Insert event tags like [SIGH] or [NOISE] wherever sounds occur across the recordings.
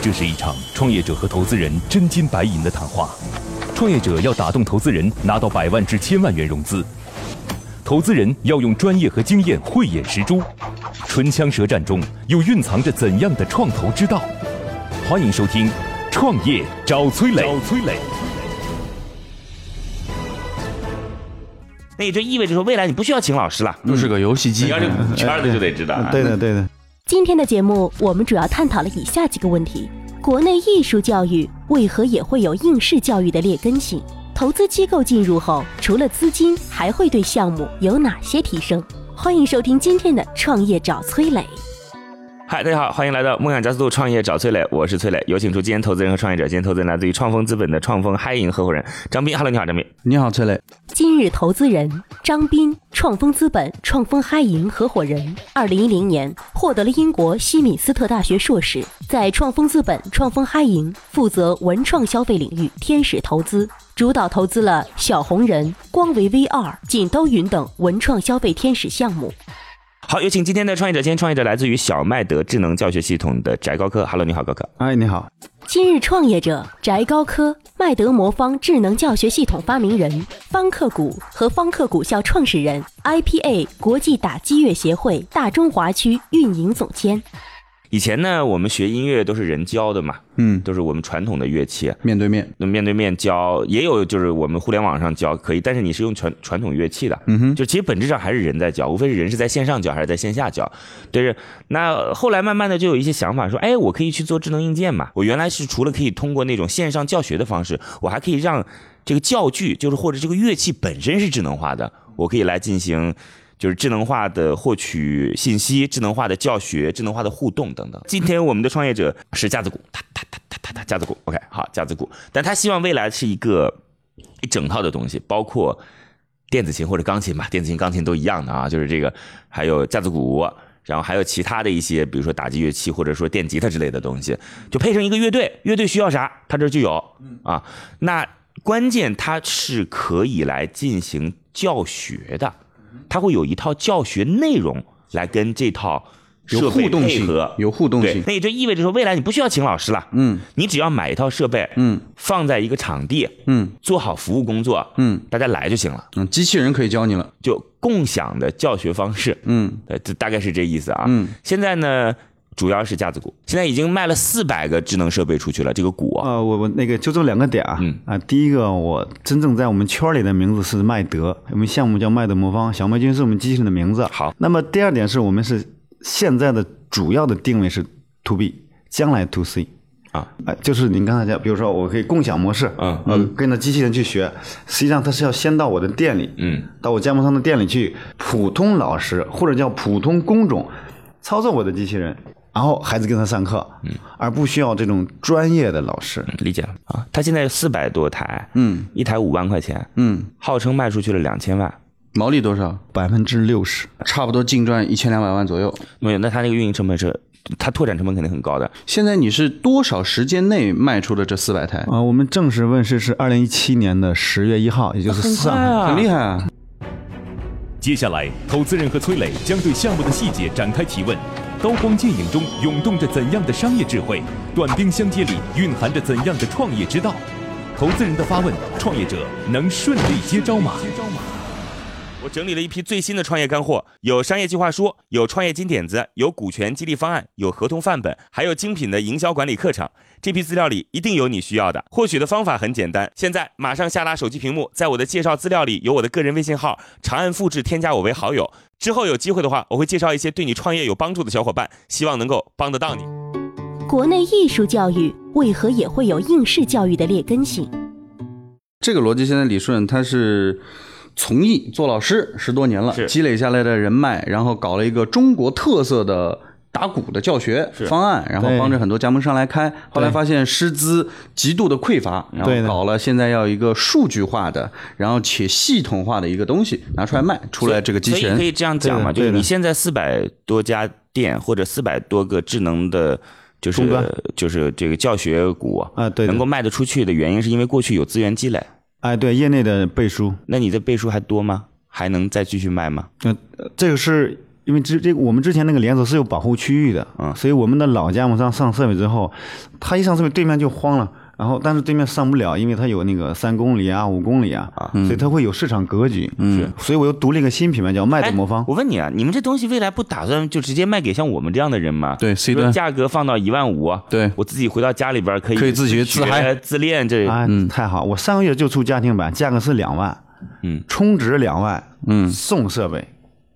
这是一场创业者和投资人真金白银的谈话。创业者要打动投资人，拿到百万至千万元融资；投资人要用专业和经验慧眼识珠。唇枪舌战中，又蕴藏着怎样的创投之道？欢迎收听《创业找崔磊》。找崔磊。那也就意味着说，未来你不需要请老师了，就是个游戏机嗯你要。是圈儿的就得知道啊。对的，对的，今天的节目，我们主要探讨了以下几个问题：国内艺术教育为何也会有应试教育的劣根性？投资机构进入后，除了资金，还会对项目有哪些提升？欢迎收听今天的《创业找崔磊》。嗨，大家好，欢迎来到梦想加速度创业找崔磊，我是崔磊。有请出今天投资人和创业者，今天投资人来自于创丰资本的创丰嗨银合伙人张斌。Hello，你好，张斌。你好，崔磊。今日投资人张斌，创丰资本创丰嗨银合伙人，二零一零年获得了英国西敏斯特大学硕士，在创丰资本创丰嗨银负责文创消费领域天使投资，主导投资了小红人、光维 VR、锦兜云等文创消费天使项目。好，有请今天的创业者，今天创业者来自于小麦德智能教学系统的翟高科。Hello，你好，高科。哎，你好，今日创业者翟高科，麦德魔方智能教学系统发明人，方刻股和方刻股校创始人，IPA 国际打击乐协会大中华区运营总监。以前呢，我们学音乐都是人教的嘛，嗯，都是我们传统的乐器。啊面对面，那面对面教也有，就是我们互联网上教可以，但是你是用传传统乐器的，嗯哼，就其实本质上还是人在教，无非是人是在线上教还是在线下教。对，是那后来慢慢的就有一些想法说，哎，我可以去做智能硬件嘛。我原来是除了可以通过那种线上教学的方式，我还可以让这个教具，就是或者这个乐器本身是智能化的，我可以来进行。就是智能化的获取信息、智能化的教学、智能化的互动等等。今天我们的创业者是架子鼓，他他他他他他架子鼓，OK，好，架子鼓。但他希望未来是一个一整套的东西，包括电子琴或者钢琴吧，电子琴、钢琴都一样的啊，就是这个，还有架子鼓，然后还有其他的一些，比如说打击乐器或者说电吉他之类的东西，就配上一个乐队，乐队需要啥，他这儿就有嗯啊。那关键它是可以来进行教学的，嗯它会有一套教学内容来跟这套设有备互动配性合，，有互动对性，，那也就意味着说，未来你不需要请老师了，嗯你只要买一套设备，嗯放在一个场地，嗯做好服务工作，嗯大家来就行了，嗯，机器人可以教你了，就共享的教学方式，嗯呃，这大概是这意思啊。嗯，现在呢，主要是架子鼓，现在已经卖了四百个智能设备出去了，这个鼓啊，呃，我我那个纠正两个点啊，嗯啊，第一个我真正在我们圈里的名字是麦德，我们项目叫麦德魔方，小麦君是我们机器人的名字。好，那么第二点是我们是现在的主要的定位是 to B，将来 to C。啊，呃，就是您刚才讲，比如说我可以共享模式，嗯呃，跟着机器人去学，实际上它是要先到我的店里，嗯，到我加盟商的店里去，普通老师或者叫普通工种操作我的机器人，然后孩子跟他上课，嗯，而不需要这种专业的老师。理解了啊。它现在四百多台，嗯一台五万块钱，嗯，号称卖出去了两千万。毛利多少？百分之六十，差不多净赚一千两百万左右。没有，那它那个运营成本是，它拓展成本肯定很高的。现在你是多少时间内卖出的这四百台？啊、我们正式问世是二零一七年的十月一号，也就是上、很厉害啊！接下来，投资人和崔磊将对项目的细节展开提问。刀光剑影中涌动着怎样的商业智慧？短兵相接里蕴含着怎样的创业之道？投资人的发问，创业者能顺利接招吗？我整理了一批最新的创业干货，有商业计划书，有创业金点子，有股权激励方案，有合同范本，还有精品的营销管理课程。这批资料里一定有你需要的。获取的方法很简单，现在马上下拉手机屏幕，在我的介绍资料里有我的个人微信号，长按复制添加我为好友。之后有机会的话，我会介绍一些对你创业有帮助的小伙伴，希望能够帮得到你。国内艺术教育为何也会有应试教育的劣根性？这个逻辑现在李顺他是从艺做老师十多年了是，积累下来的人脉，然后搞了一个中国特色的。打鼓的教学是方案，然后对帮着很多加盟商来开，后来发现师资极度的匮乏，然对后的搞了现在要一个数据化的，然后且系统化的一个东西拿出来卖，出来这个机器所以可人，以这样讲嘛，对的就是对的你现在四百多家店或者四百多个智能的，就是终端就是这个教学股啊对的能够卖得出去的原因，是因为过去有资源积累。哎，对，业内的背书，那你的倍数还多吗？还能再继续卖吗？呃，这个是因为之这个我们之前那个连锁是有保护区域的，嗯所以我们的老加盟商上设备之后，他一上设备对面就慌了，然后但是对面上不了，因为他有那个三公里啊、五公里啊，嗯所以他会有市场格局，嗯，所以我又独立一个新品牌叫麦哎子魔方，我问你啊，你们这东西未来不打算就直接卖给像我们这样的人吗？对，C 比如端价格放到一万五，对我自己回到家里边儿可以可以自学学自嗨自练这。啊，太好，我上个月就出家庭版，价格是两万，嗯，充值两万，嗯，送设备。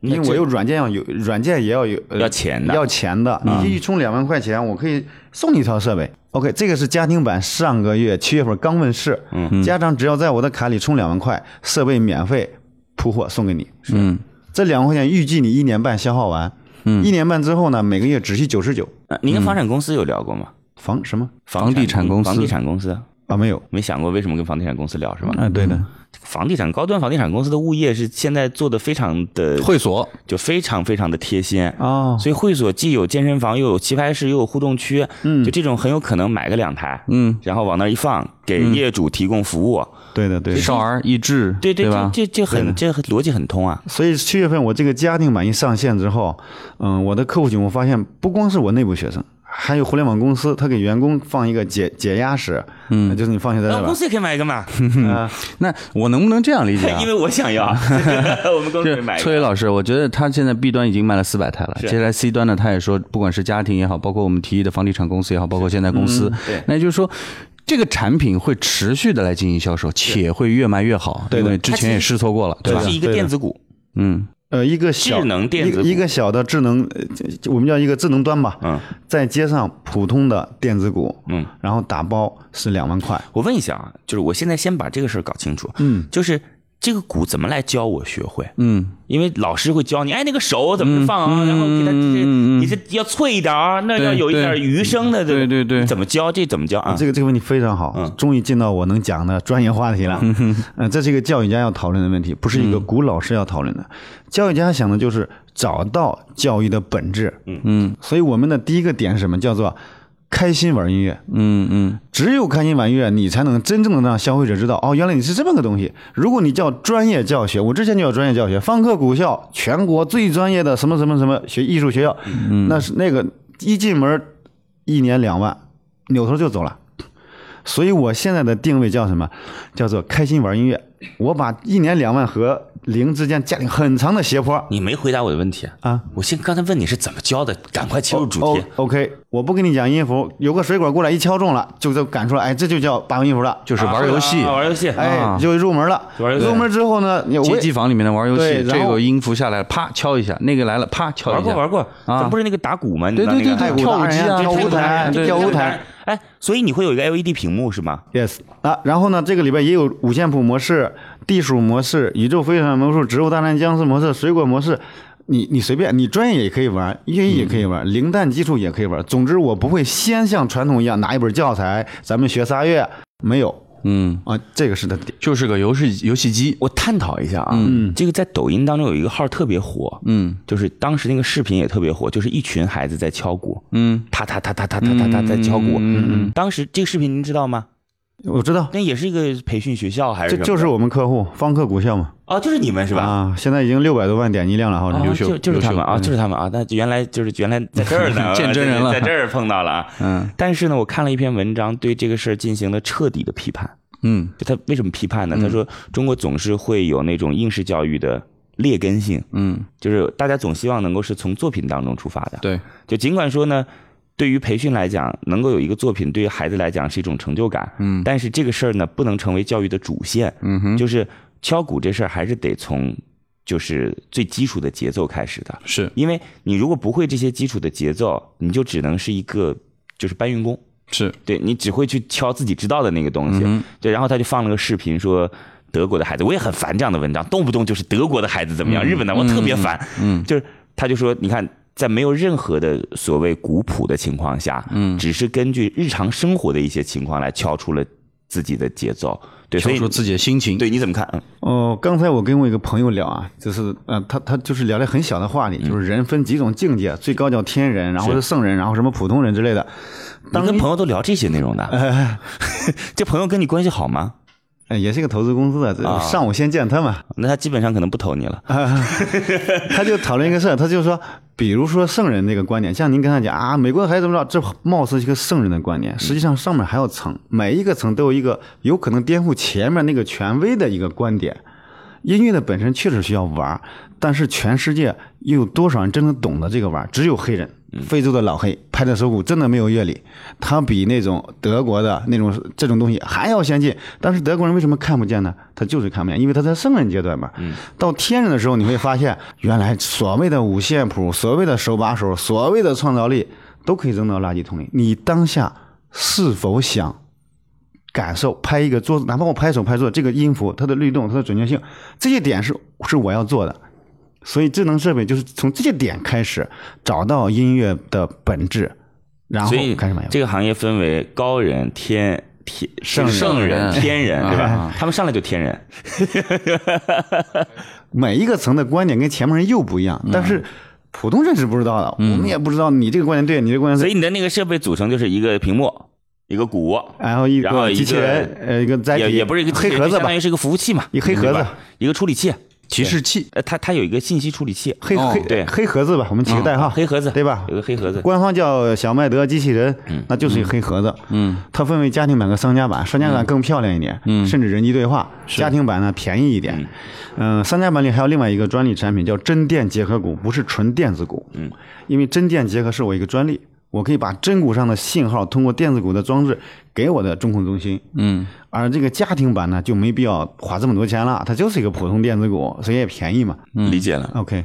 因为这我有软件要有软件也要有、呃要钱的要钱的。嗯你一充两万块钱，我可以送你一套设备。OK，这个是家庭版，上个月七月份刚问世，嗯，家长只要在我的卡里充两万块，设备免费铺货送给你，嗯，这两万块钱预计你一年半消耗完，嗯，一年半之后呢，每个月只需九十九，呃您跟房产公司有聊过吗？房什么房地产公司房地产公司啊？没有，没想过为什么跟房地产公司聊是吧？啊，对的，房地产高端房地产公司的物业是现在做的非常的会所，就非常非常的贴心哦所以会所既有健身房，又有棋牌室，又有互动区，嗯，就这种很有可能买个两台，嗯，然后往那儿一放，给业主提供服务，对的，对的。少儿益智，对对，吧？这这这很这很逻辑很通啊，所以七月份我这个家庭版一上线之后，嗯，我的客户群我发现不光是我内部学生，还有互联网公司，他给员工放一个解解压室，嗯，就是你放学在那这我吧公，司也可以买一个嘛，那我能不能这样理解啊 [LAUGHS] 因？为我想 [LAUGHS] 要，我们公司就也买一崔个。宇老师，我觉得他现在 B 端已经卖了四百台了，是接下来 C 端呢，他也说，不管是家庭也好，包括我们提议的房地产公司也好，包括现在公嗯司，那也就是说。这个产品会持续的来进行销售，且会越卖越好，对的因为之前也试错过了，对就吧是？一个对的电子股，嗯，呃，一个小智能电一子个股一个小的智能，呃这我们叫一个智能端吧，嗯，再接上普通的电子股，嗯，然后打包是两万块，我问一下啊，就是我现在先把这个事儿搞清楚，嗯，就是这个股怎么来教我学会？嗯，因为老师会教你，哎，那个手怎么放啊，然后给嗯它这，你这要脆一点啊，那对要有一点对余生的，对对对你怎么教？这怎么教啊？这个这个问题非常好，终于进到我能讲的专业话题了。 [LAUGHS] 嗯、这是一个教育家要讨论的问题，不是一个古老师要讨论的。教育家想的就是找到教育的本质。嗯嗯，所以我们的第一个点是什么？叫做开心玩音乐。嗯嗯，只有开心玩音乐，你才能真正的让消费者知道，哦，原来你是这么个东西。如果你叫专业教学，我之前就叫专业教学，方克古校全国最专业的什么什么什么学艺术学校，嗯那是那个一进门一年两万，扭头就走了。所以我现在的定位叫什么？叫做开心玩音乐。我把一年两万和零之间加了很长的斜坡，你没回答我的问题啊！我现刚才问你是怎么教的，赶快切入主哦题。 O K，我哦不跟你讲音符，有个水果过来一敲中了，就就赶出来，哎，这就叫八分音符了，就是玩游戏，啊玩游戏，哎，就入门了。玩游戏入门之后呢，你我街也机房里面的玩游对戏，然这后个音符下来了，啪敲一下，那个来了，啪敲玩一下，过玩过，啊咱不是那个打鼓吗？你对知道那对对个对，太鼓跳舞达人机呀啊，跳舞台对跳舞台。哎，所以你会有一个 LED 屏幕是吗？ yes 啊，然后呢，这个里边也有五线谱模式、地鼠模式、宇宙飞船模式、植物大战僵尸模式、水果模式。你你随便，你专业也可以玩，业余也可以嗯玩，零蛋基础也可以玩。总之，我不会先像传统一样拿一本教材，咱们学仨月，没有嗯，啊，这个是他的点。就是个游戏游戏机，我探讨一下啊，这个在抖音当中有一个号特别火，嗯就是当时那个视频也特别火，就是一群孩子在敲鼓，嗯，踏踏踏踏踏踏踏踏在敲鼓。嗯当时这个视频您知道吗？我知道，那也是一个培训学校还是这什么的？就是我们客户方克股校嘛，哦，就是你们是吧？啊，现在已经六百多万点击量了，好像哦优秀就就是他们啊，优秀就是他们啊，那原来就是原来在这儿 [LAUGHS] 呢，见真人了在这儿碰到了啊。嗯但是呢，我看了一篇文章，对这个事儿进行了彻底的批判。嗯就他为什么批判呢？他说中国总是会有那种应试教育的劣根性，嗯，就是大家总希望能够是从作品当中出发的。对，就尽管说呢，对于培训来讲，能够有一个作品，对于孩子来讲是一种成就感。嗯，但是这个事儿呢，不能成为教育的主线。嗯哼，就是敲鼓这事儿还是得从就是最基础的节奏开始的，是因为你如果不会这些基础的节奏，你就只能是一个就是搬运工。是，嗯对你只会去敲自己知道的那个东西。对，然后他就放了个视频说。德国的孩子，我也很烦这样的文章，动不动就是德国的孩子怎么样，日本的我特别烦。嗯，就是他就说，你看，在没有任何的所谓古朴的情况下，嗯，只是根据日常生活的一些情况来敲出了自己的节奏。对，所说以出自己的心情，对你怎么看？嗯哦，刚才我跟我一个朋友聊啊，就是呃，他他就是聊了很小的话题，就是人分几种境界，最高叫天人，然后是圣人，然后什么普通人之类的。 [LAUGHS] 你跟朋友都聊这些内容的，这朋友跟你关系好吗？哎，也是一个投资公司的，这上午先见他嘛，那他基本上可能不投你了。啊他就讨论一个事儿，他就说，比如说圣人这个观点，像您跟他讲啊，美国的孩子怎么着，这貌似一个圣人的观点，实际上上面还有层，每一个层都有一个有可能颠覆前面那个权威的一个观点。音乐的本身确实需要玩儿，但是全世界又有多少人真的懂得这个玩儿？只有黑人，非洲的老黑拍的手鼓真的没有乐理，他比那种德国的那种这种东西还要先进。但是德国人为什么看不见呢？他就是看不见，因为他在圣人阶段嘛。嗯到天人的时候，你会发现，原来所谓的五线谱、所谓的手把手、所谓的创造力，都可以扔到垃圾桶里。你当下是否想感受，拍一个桌子，哪怕我拍手拍桌，这个音符、它的律动、它的准确性，这些点是是我要做的。所以智能设备就是从这些点开始找到音乐的本质，然后所以开始买游戏。这个行业分为高人、天天圣圣人、哎嗯人天人，对吧啊？他们上来就天人，每一个层的观点跟前面人又不一嗯样，但是普通人是不知道的，我们也不知道你这个观点对，你这个观所点以你的那个设备组成就是一个屏幕，一个鼓，对，然后一然后个啊一机器个人，呃，一个载体，也也不是一个黑机器人盒就子相吧当于，是一个服务器嘛，一黑盒对子吧，一个处理器，提示器，呃，它它有一个信息处理器，黑哦黑对嗯黑盒子吧，我们起个代号，黑盒子对吧？有个黑盒子，官方叫小麦德机器人，那就是一黑盒子。嗯，它分为家庭版和商家版，商家版更漂亮一点，嗯，甚至人机对话。家庭版呢便宜一点。嗯，商家版里还有另外一个专利产品叫真电结合鼓，不是纯电子鼓。嗯，因为真电结合是我一个专利，我可以把真鼓上的信号通过电子鼓的装置给我的中控中心。嗯，而这个家庭版呢就没必要花这么多钱了，它就是一个普通电子鼓，所以也便宜嘛。理解了。 OK，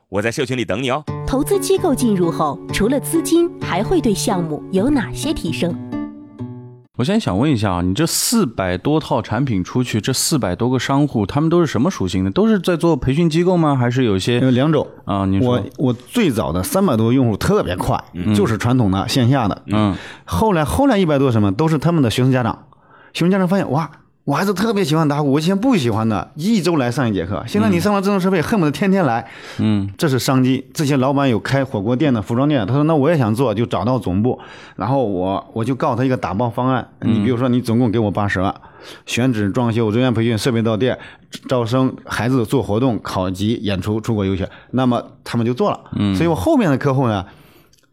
我在社群里等你哦。投资机构进入后，除了资金，还会对项目有哪些提升？我现在想问一下啊，你这四百多套产品出去，这四百多个商户，他们都是什么属性的？都是在做培训机构吗？还是有一些有两种。啊？你说我我最早的三百多用户特别快，就是传统的线下的。嗯，后来后来一百多什么都是他们的学生家长，学生家长发现哇，我孩子特别喜欢打鼓，我以前不喜欢的，一周来上一节课，现在嗯你上了智能设备，恨不得天天来。嗯，这是商机。这些老板有开火锅店的、服装店的，他说那我也想做，就找到总部，然后我我就告诉他一个打包方案，嗯你比如说你总共给我八十万。选址、装修、人员培训、设备到店、招生、孩子做活动、考级、演出、出国游学，那么他们就做了。嗯，所以我后面的客户呢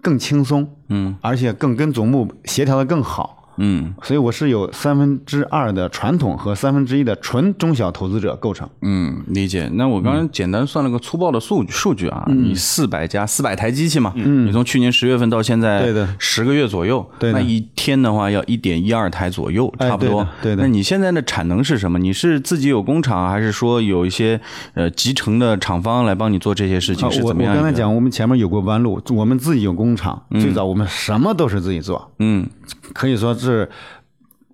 更轻松，嗯，而且更跟总部协调的更好，嗯所以我是有三分之二的传统和三分之一的纯中小投资者构成。嗯，理解。那我刚嗯刚简单算了个粗暴的数数据啊，你四百加四百台机器嘛，你从去年十月份到现在，嗯对的十个月左右，对的那一天的话要一点一二台左右，哎差不多。对的对的那你现在的产能是什么？你是自己有工厂，啊还是说有一些呃集成的厂方来帮你做这些事情？啊是我怎我么样？嗯刚才，讲，我们前面有过弯路，我们自己有工厂，最早我们什么都是自己做，嗯，可以说是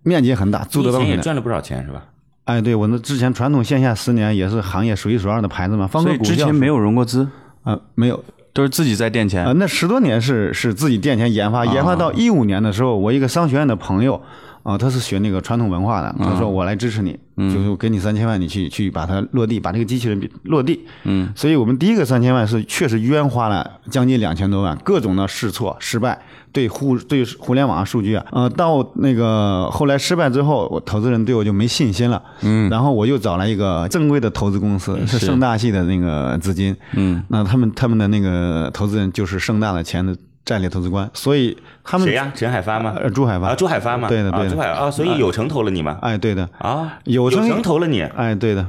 面积很大，租得到很大。了不少钱是吧？哎，对，我那之前传统线下十年也是行业数一数二的牌子嘛，方所格以股之票前是没有哎融过资，啊，没有都是自己在店前。啊，那十多年是是自己店前研啊发，研发到一五年的时候，我一个商学院的朋友啊，他是学那个传统文化啊的，他说我来支持你，嗯就是我给你三千万，你去去把它落地，把这个机器人比落地。嗯，所以我们第一个三千万是确实冤花了将近两千多万，各种的试错失败。对互对互联网数据啊，呃，到那个后来失败之后，我投资人对我就没信心了，嗯，然后我又找来一个正规的投资公司，是盛大系的那个资金，嗯，那他们他们的那个投资人就是盛大的钱的战略投资官，所以他们谁呀？陈海发吗？呃，朱海发啊，朱海发吗？对的啊对朱海的，啊，所以有成投了你吗？哎，对的，啊，有成成投了你，哎，对的，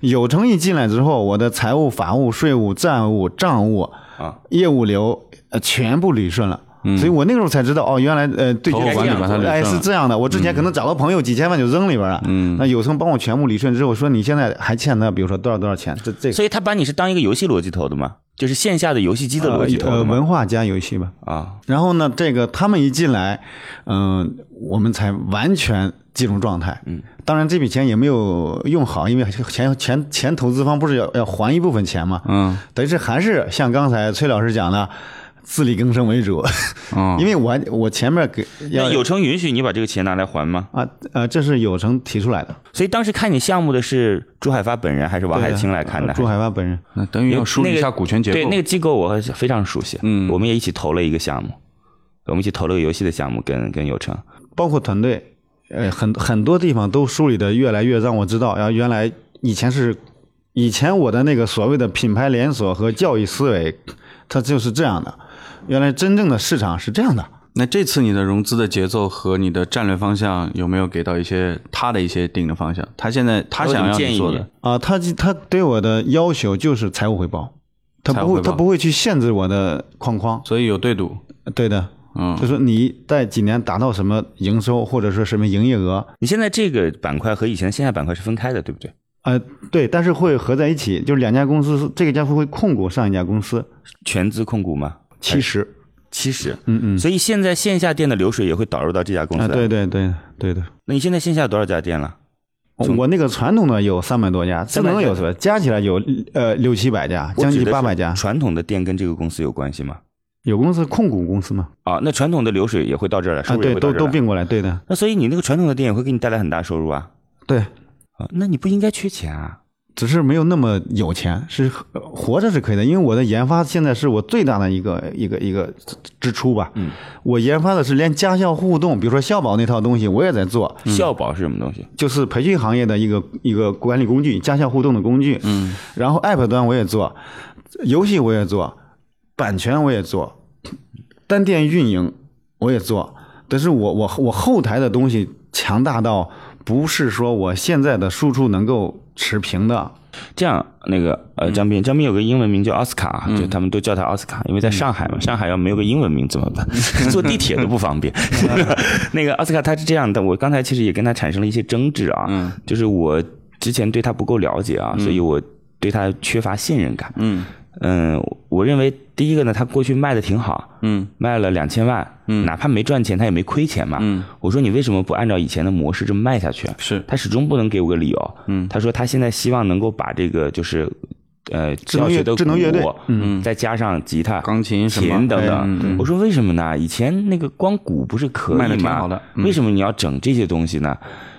有诚意进来之后，我的财务、法务、税务、债务、账务啊、业务流呃全部捋顺了。所以我那个时候才知道，哦，原来呃，对投接后管理把它捋顺哎了是这样的。我之前可能找个朋友几千万就扔里边了，嗯，那有成帮我全部理顺之后，说你现在还欠他，比如说多少多少钱，这这个所以他把你是当一个游戏逻辑投的吗？就是线下的游戏机的逻辑投呃的吗文化加游戏吧。啊，然后呢，这个他们一进来，嗯、我们才完全进入状态。嗯，当然这笔钱也没有用好，因为前前前投资方不是要要还一部分钱嘛。嗯，等于是还是像刚才崔老师讲的，自力更生为主。嗯因为我还我前面给要那有成允许你把这个钱拿来还吗？啊呃，这是有成提出来的，所以当时看你项目的是朱海发本人还是王海清来看的？啊呃朱海发本人。那等于因为要梳理一那下个股权结构。对，那个机构我非常熟悉，嗯我们也一起投了一个项目，我们一起投了个游戏的项目跟跟有成，包括团队，呃，很很多地方都梳理的越来越让我知道，然后原来以前是以前我的那个所谓的品牌连锁和教育思维，它就是这样的。原来真正的市场是这样的，那这次你的融资的节奏和你的战略方向有没有给到一些他的一些定的方向？他现在他想我要建你议做你的，啊，他他对我的要求就是财务回报，他财务不会回报他不会去限制我的框框，所以有对赌。对的，嗯就，说你在几年达到什么营收或者说什么营业额，你现在这个板块和以前的线下板块是分开的，对不对？呃，对，但是会合在一起，就是两家公司，这个家会控股上一家公司全资控股吗？七十，七十，嗯嗯，所以现在线下店的流水也会导入到这哎家公司啊，来。对对对对的。那你现在线下有多少家店了？从我那个传统的有三百多家，智能有什么？加起来有呃六七百家，我将指近的是八百家。传统的店跟这个公司有关系吗？有公司控股公司嘛？啊，那传统的流水也会到这儿来，啊，收入也对，会到都这儿来都并过来，对的，那所以你那个传统的店也会给你带来很大收入啊对，啊！那你不应该缺钱啊！只是没有那么有钱，是呃活着是可以的，因为我的研发现在是我最大的一个一个一个支出吧。嗯，我研发的是连家校互动，比如说校宝那套东西，我也在做，校宝是什么东西？就是培训行业的一个一个管理工具，家校互动的工具。嗯，然后 App 端我也做，游戏我也做，版权我也做，单店运营我也做。但是我我我后台的东西强大到不是说我现在的输出能够持平的。这样，那个嗯呃，张斌，张斌有个英文名叫奥斯卡啊，就他们都叫他奥斯卡，因为在上海嗯嘛，上海要没有个英文名怎么 [LAUGHS] 办？坐地铁都不方便。那个奥斯卡他是这样的，我刚才其实也跟他产生了一些争执啊，就是我之前对他不够了解啊，所以我对他缺乏信任感。嗯我认为第一个呢，他过去卖的挺好，嗯，卖了两千万，嗯，哪怕没赚钱，他也没亏钱嘛。嗯，我说你为什么不按照以前的模式这么卖下去？啊是他始终不能给我个理由。嗯，他说他现在希望能够把这个就是呃智能教学乐的智能乐队鼓，嗯，再加上吉他、钢琴什么琴等哎等。我说为什么呢？以前那个光鼓不是可以嗯卖得吗？挺好的嗯为什么你要整这些东西呢？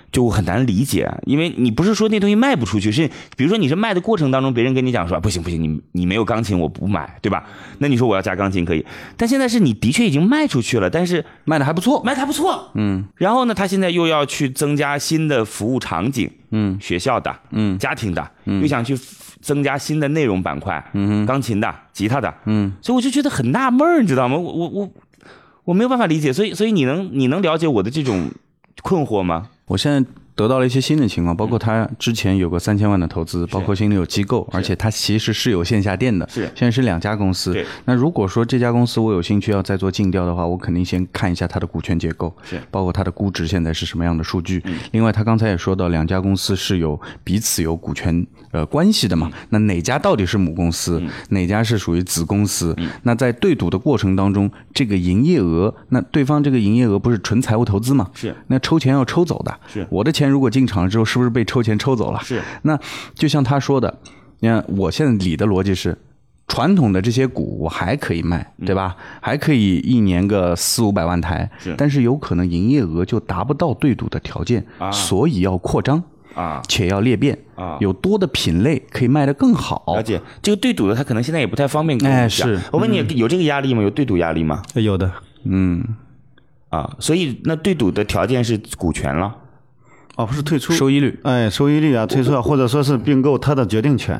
就我很难理解啊，因为你不是说那东西卖不出去，是比如说你是卖的过程当中，别人跟你讲说、啊、不行不行，你你没有钢琴我不买，对吧？那你说我要加钢琴可以，但现在是你的确已经卖出去了，但是卖的还不错。卖的还不错，嗯。然后呢，他现在又要去增加新的服务场景，嗯，学校的，嗯，家庭的，嗯，又想去 f- 增加新的内容板块，嗯，钢琴的、吉他的，嗯，所以我就觉得很纳闷儿，你知道吗？我我我我没有办法理解，所以所以你能你能了解我的这种困惑吗？我现在得到了一些新的情况，包嗯括他之前有个三千万的投资，包括现在有机构，而且他其实是有线下店的，是现在是两家公司对。那如果说这家公司我有兴趣要再做尽调的话，我肯定先看一下它的股权结构，是嗯包括它的估值现在是什么样的数据。另外，他刚才也说到，两家公司是有彼此有股权呃关系的嘛，嗯那哪家到底是母公司，哪家是属于子公司？嗯那在对赌的过程当中，这个营业额，那对方这个营业额不是纯财务投资嘛？是那抽钱要抽走的，是我的钱如果进场了之后，是不是被抽钱抽走了？是，那就像他说的，你看我现在理的逻辑是，传统的这些股我还可以卖，嗯对吧？还可以一年个四五百万台，是但是有可能营业额就达不到对赌的条件，啊所以要扩张，啊，且要裂变，啊有多的品类可以卖得更好。了解这个对赌的，他可能现在也不太方便跟我哎们讲。是我问你，有这个压力吗？有对赌压力吗？有的，啊，所以那对赌的条件是股权了。哦，不是退出收益率哎，收益率啊，退出啊，或者说是并购它的决定权。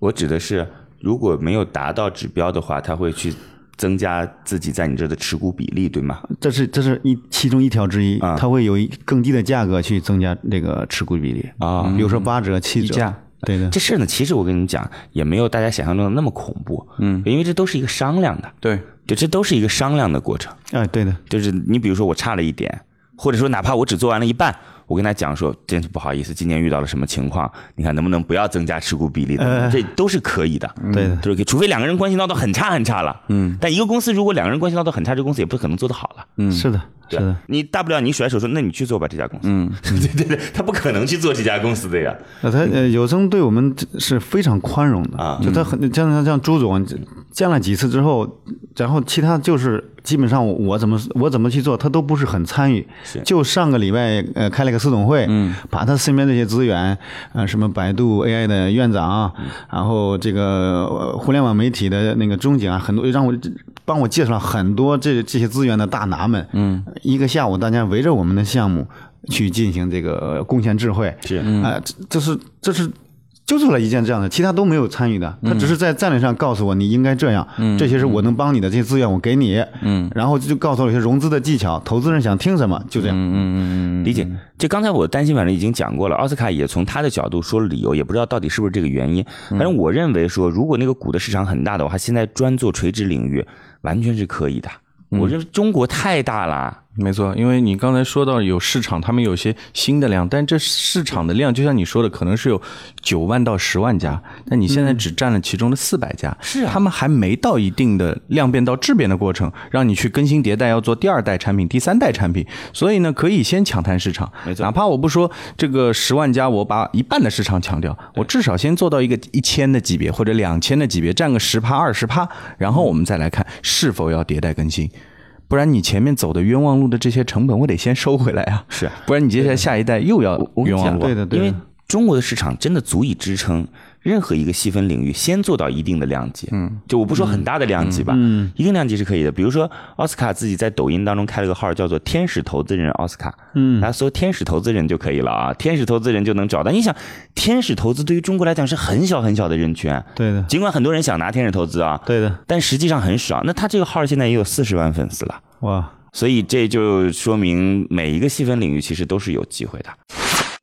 我指的是，如果没有达到指标的话，他会去增加自己在你这儿的持股比例，对吗？这是这是一其中一条之一，啊它会有一更低的价格去增加这个持股比例啊嗯比如说八折、七溢价折，对的。这事儿呢，其实我跟你讲，也没有大家想象中的那么恐怖，嗯，因为这都是一个商量的，对，就这都是一个商量的过程。哎，对的，就是你比如说我差了一点，或者说哪怕我只做完了一半，我跟他讲说，真是不好意思，今年遇到了什么情况，你看能不能不要增加持股比例的，这都是可以的，对的就是可以除非两个人关系闹到很差很差了，嗯，但一个公司如果两个人关系闹到很差，这公司也不可能做得好了，嗯，是的，是的，你大不了你甩手说，那你去做吧这家公司，嗯， [LAUGHS] 对对对，他不可能去做这家公司的呀，那他呃，有声对我们是非常宽容的啊就他很像像像朱总见了几次之后，然后其他就是基本上我我怎么我怎么去做，他都不是很参与。就上个礼拜呃开了个私董会，嗯，把他身边这些资源，呃什么百度 AI 的院长，然后这个呃互联网媒体的那个中景啊，很多让我帮我介绍了很多这这些资源的大拿们，嗯，一个下午大家围着我们的项目。去进行这个呃贡献智慧，是啊、这这是这是揪出来一件这样的，其他都没有参与的，他只是在战略上告诉我你应该这样，这些是我能帮你的，这些资源我给你，嗯，然后就告诉我一些融资的技巧，投资人想听什么，就这样，嗯嗯嗯理解。就刚才我担心，反正已经讲过了，奥斯卡也从他的角度说了理由，也不知道到底是不是这个原因。嗯反正我认为说，如果那个股的市场很大的话，现在专做垂直领域完全是可以的。嗯我认为中国太大了，没错，因为你刚才说到有市场，他们有些新的量，但这市场的量就像你说的，可能是有九万到十万家，但你现在只占了其中的四百家，是啊，他们还没到一定的量变到质变的过程，让你去更新迭代，要做第二代产品、第三代产品，所以呢，可以先抢滩市场，没错哪怕我不说这个十万家，我把一半的市场抢掉，我至少先做到一个一千的级别或者两千的级别，占个十趴、二十趴，然后我们再来看是否要迭代更新。不然你前面走的冤枉路的这些成本，我得先收回来啊。是啊不然你接下来下一代又要我跟你冤枉讲，路啊。对的对因的为中国的市场真的足以支撑任何一个细分领域先做到一定的量级。嗯，就我不说很大的量级吧，嗯，一定量级是可以的。比如说奥斯卡自己在抖音当中开了个号，叫做“天使投资人奥斯卡”，嗯，大家搜“天使投资人”就可以了啊，“天使投资人”就能找到。你想，天使投资对于中国来讲是很小很小的人群，对的，尽管很多人想拿天使投资啊，对的，但实际上很少。那他这个号现在也有四十万粉丝了。哇，所以这就说明每一个细分领域其实都是有机会的。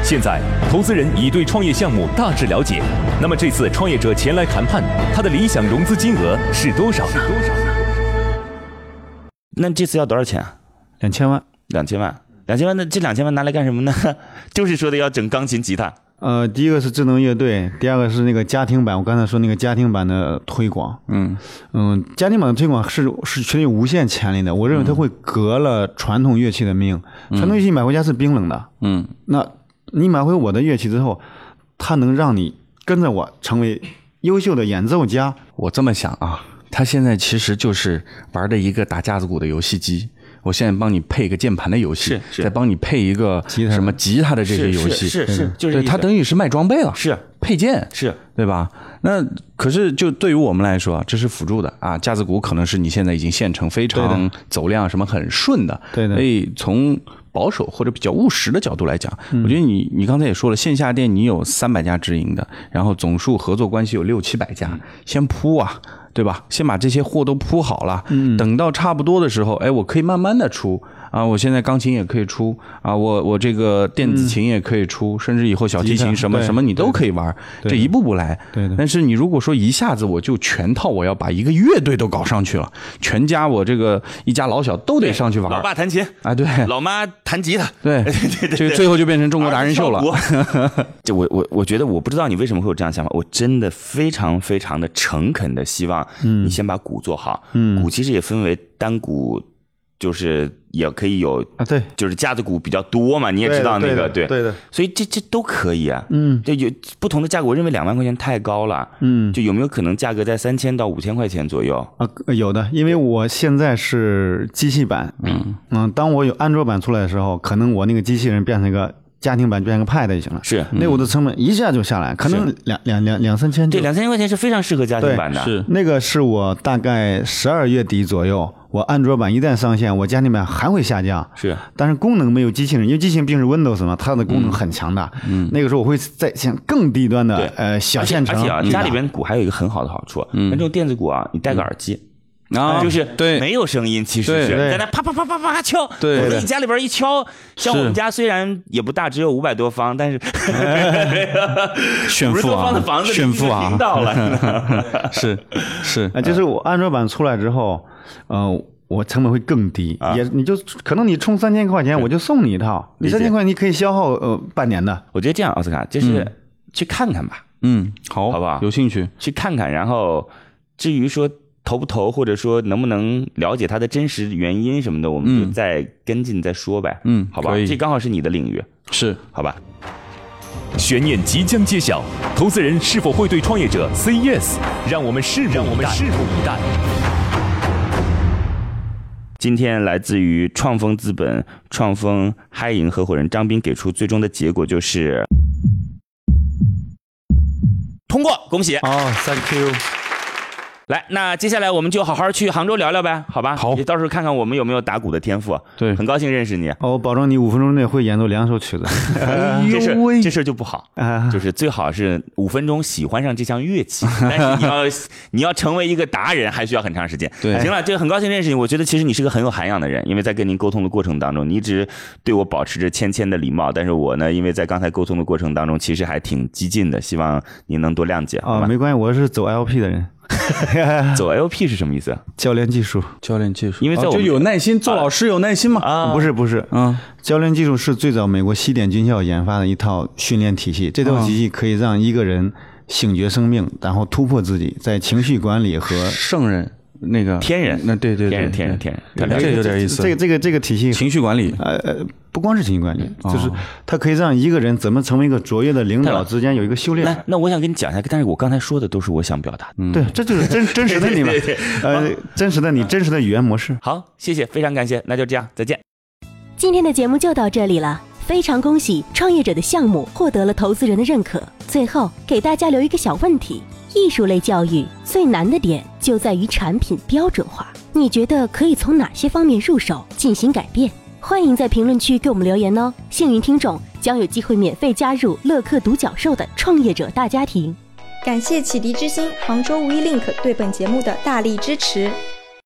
现在，投资人已对创业项目大致了解。那么这次创业者前来谈判，他的理想融资金额是多少呢？那这次要多少钱啊？两千万，两千万，两千万，那这两千万拿来干什么呢？ [LAUGHS] 就是说的要整钢琴、吉他。呃，第一个是智能乐队，第二个是那个家庭版，我刚才说那个家庭版的推广，嗯，嗯，家庭版的推广是是确实有无限潜力的，我认为它会革了传统乐器的命。传统乐器买回家是冰冷的，嗯，那你买回我的乐器之后，它能让你跟着我成为优秀的演奏家。我这么想啊，他现在其实就是玩的一个打架子鼓的游戏机。我现在帮你配一个键盘的游戏是，是再帮你配一个吉他的什么吉他的这些是游戏，嗯是是是就是对这他个等于是卖装备了，是配件，是对吧？那可是就对于我们来说啊，这是辅助的啊，架子鼓可能是你现在已经现成非常走量什么很顺的，对的所以从保守或者比较务实的角度来讲，嗯我觉得你你刚才也说了，线下店你有三百家直营的，然后总数合作关系有六七百嗯家，先铺啊。对吧？先把这些货都铺好了，嗯，等到差不多的时候，哎，我可以慢慢的出啊，我现在钢琴也可以出啊，我我这个电嗯子琴也可以出，甚至以后小提吉琴他什么对什么你都可以玩，对这一步步来，对的但是你如果说一下子我就全套，我要把一个乐队都搞上去了，全家我这个一家老小都得上去玩老爸弹琴，啊，对老妈弹吉他。[LAUGHS] 对对对这个最后就变成中国达人秀了。儿子跳 [LAUGHS] 国这我我我觉得我不知道你为什么会有这样想法，我真的非常非常的诚恳的希望嗯你先把鼓做好。嗯，鼓其实也分为单鼓，就是也可以有啊对就是架子鼓比较多嘛，你也知道那个对的对的，所以这这都可以啊。嗯，就有不同的价格，我认为两万块钱太高了。嗯，就有没有可能价格在三千到五千块钱左右？啊，有的，因为我现在嗯是机器版，嗯当我有安卓版出来的时候，可能我那个机器人变成一个家庭版变个 Pad 就行了。是那我的成本一下就下来，可能两两两两三千嗯对，就两三千块钱是非常适合家庭版的，是那个是我大概十二月底左右，我安卓版一旦上线，我家庭版还会下降。是，但是功能没有机器人，因为机器人毕竟是 Windows 嘛，它的功能很强大。嗯，那个时候我会在想更低端对的呃小而且县城而且啊，去打家里边鼓还有一个很好的好处，那这种电子鼓啊，你戴个耳机。嗯 [LAUGHS] 啊，就是对，没有声音，其实对是对在那啪啪啪啪啪敲。对我对自己家里边一敲，像我们家虽然也不大，只有五百多方， [LAUGHS] 但是炫五十富多方的啊，房子里炫富已经听啊，到了。 [LAUGHS] [LAUGHS] 是是啊，就是我安卓版出来之后，呃，我成本会更低，也你就可能你充三千块钱，我就送你一套，啊你理解三千块你可以消耗呃半年的。我觉得这样，奥斯卡就是去看看吧，嗯，好，好不好有兴趣，去看看，然后至于说。投不投，或者说能不能了解它的真实原因什么的，我们就再跟进再说呗。嗯好吧可，以这刚好是你的领域，是好吧？悬念即将揭晓，投资人是否会对创业者 say yes？让我们拭目我们拭目以待。今天来自于创丰资本、创丰嗨银合伙人张斌给出最终的结果就是通过，恭喜！哦，Thank you，来，那接下来我们就好好去杭州聊聊呗，好吧？好也到时候看看我们有没有打鼓的天赋。啊对很高兴认识你。啊哦，我保证你五分钟内会演奏两首曲 [LAUGHS] 子。哎这事儿这事儿就不好，啊就是最好是五分钟喜欢上这项乐器，但是你要你要成为一个达人，还需要很长时间。对行了，这个很高兴认识你。我觉得其实你是个很有涵养的人，因为在跟您沟通的过程当中，你一直对我保持着谦谦的礼貌，但是我呢，因为在刚才沟通的过程当中，其实还挺激进的，希望您能多谅解。好啊，吧？没关系，我是走 LP 的人，走 LP 是什么意思？教练技术。教练技术，因为在哦我就们有耐心，做老师有耐心嘛，啊不是不是，嗯，教练技术是最早美国西点军校研发的一套训练体系，这套体系可以让一个人醒觉生命，然后突破自己，在情绪管理和圣人那个天人那对对对，天人天人对天人对太了这有点意思，啊这个这个这个体系情绪管理，呃，呃，不光是情绪管理，就是它可以让一个人怎么成为一个卓越的领导之间有一个修来炼。，那我想跟你讲一下，但是我刚才说的都是我想表达的。嗯对，这就是真真实的你们，呃，真实的你，真实的语言模式。好，谢谢，非常感谢，那就这样，再见。今天的节目就到这里了，非常恭喜创业者的项目获得了投资人的认可。最后给大家留一个小问题：艺术类教育最难的点就在于产品标准化，你觉得可以从哪些方面入手进行改变？欢迎在评论区给我们留言哦，幸运听众将有机会免费加入乐客独角兽的创业者大家庭。感谢启迪之星、杭州无一 link 对本节目的大力支持。